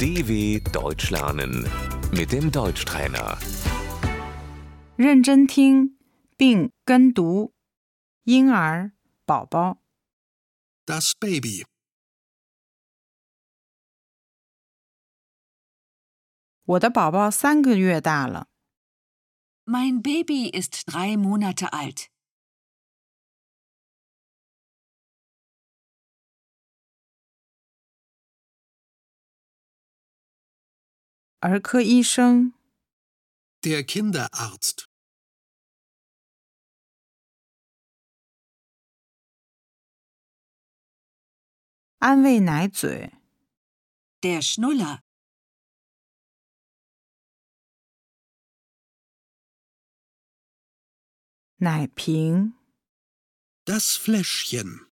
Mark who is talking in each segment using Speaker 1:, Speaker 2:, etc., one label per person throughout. Speaker 1: DW Deutsch lernen mit dem Deutschtrainer.
Speaker 2: 认真听并跟读。婴儿、宝宝、
Speaker 3: Das Baby.
Speaker 2: 我的宝宝三个月大了。
Speaker 4: Mein Baby ist drei Monate alt.
Speaker 2: 儿科医生、
Speaker 3: Der Kinderarzt.
Speaker 2: 安慰奶嘴、
Speaker 4: Der Schnuller.
Speaker 2: 奶瓶、
Speaker 3: Das Fläschchen.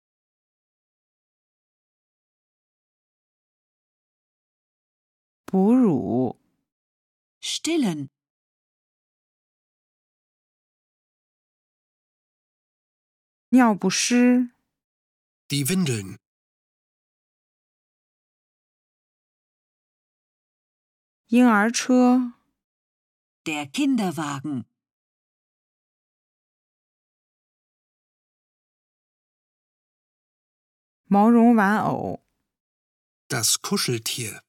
Speaker 2: 哺乳、
Speaker 4: Stillen.
Speaker 2: 尿不湿、
Speaker 3: Die Windeln.
Speaker 2: 婴儿车、
Speaker 4: Der Kinderwagen.
Speaker 2: 毛绒玩偶、
Speaker 3: Das Kuscheltier.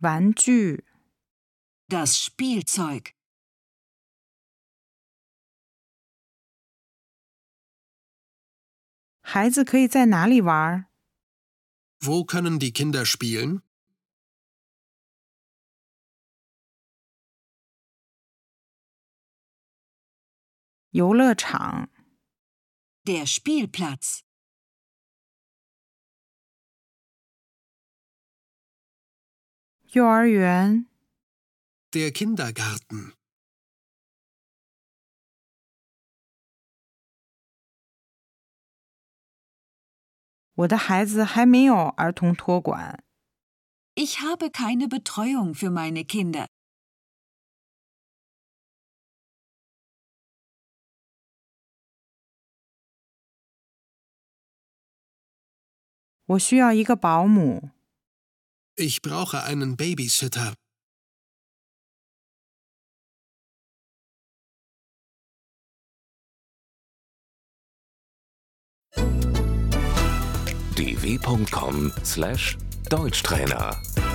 Speaker 2: 玩具、
Speaker 4: Das Spielzeug.
Speaker 2: 孩子可以在哪里玩儿？
Speaker 3: Wo können die Kinder spielen?
Speaker 2: 游乐场、
Speaker 4: Der Spielplatz.
Speaker 2: 幼儿园、
Speaker 3: Der Kindergarten.
Speaker 2: 我的孩子还没有儿童托管。
Speaker 4: Ich habe keine Betreuung für meine Kinder.
Speaker 2: 我需要一个保姆。
Speaker 3: Ich brauche einen Babysitter.
Speaker 1: dw.com/deutschtrainer